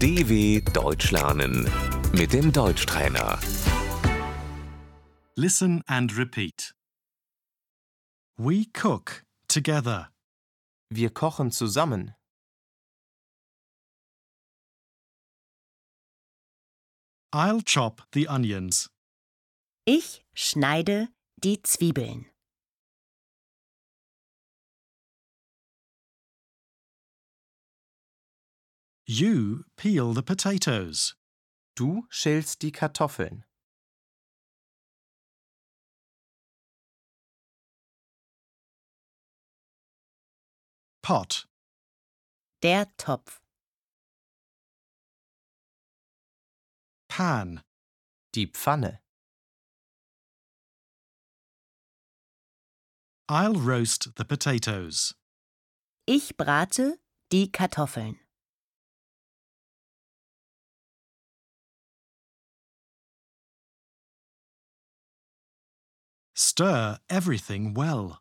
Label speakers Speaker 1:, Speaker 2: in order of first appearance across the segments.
Speaker 1: DW Deutsch lernen mit dem Deutschtrainer.
Speaker 2: Listen and repeat. We cook together.
Speaker 3: Wir kochen zusammen.
Speaker 2: I'll chop the onions.
Speaker 4: Ich schneide die Zwiebeln.
Speaker 2: You peel the potatoes.
Speaker 3: Du schälst die Kartoffeln.
Speaker 2: Pot.
Speaker 4: Der Topf.
Speaker 2: Pan.
Speaker 3: Die Pfanne.
Speaker 2: I'll roast the potatoes.
Speaker 4: Ich brate die Kartoffeln.
Speaker 2: Stir everything well.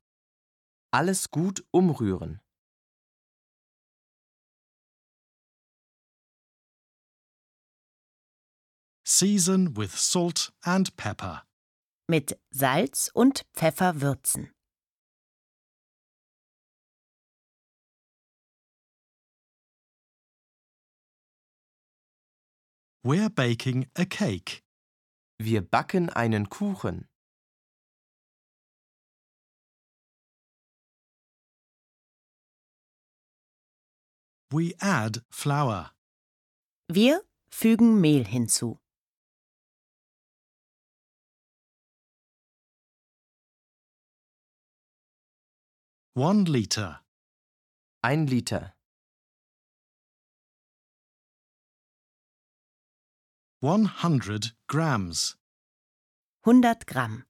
Speaker 3: Alles gut umrühren.
Speaker 2: Season with salt and pepper.
Speaker 4: Mit Salz und Pfeffer würzen.
Speaker 2: We're baking a cake.
Speaker 3: Wir backen einen Kuchen.
Speaker 2: We add flour.
Speaker 4: Wir fügen Mehl hinzu.
Speaker 2: One liter.
Speaker 3: Ein Liter.
Speaker 2: One hundred grams.
Speaker 4: 100 Gramm.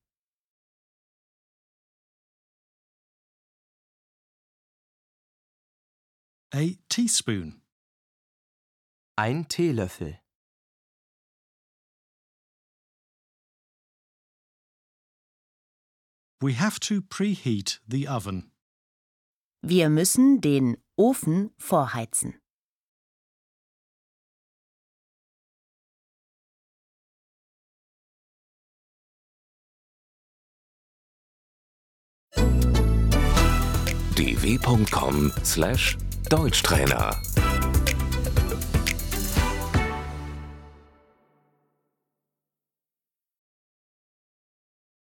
Speaker 2: A teaspoon.
Speaker 3: Ein Teelöffel.
Speaker 2: We have to preheat the oven.
Speaker 4: Wir müssen den Ofen vorheizen.
Speaker 1: dw.com/deutschtrainer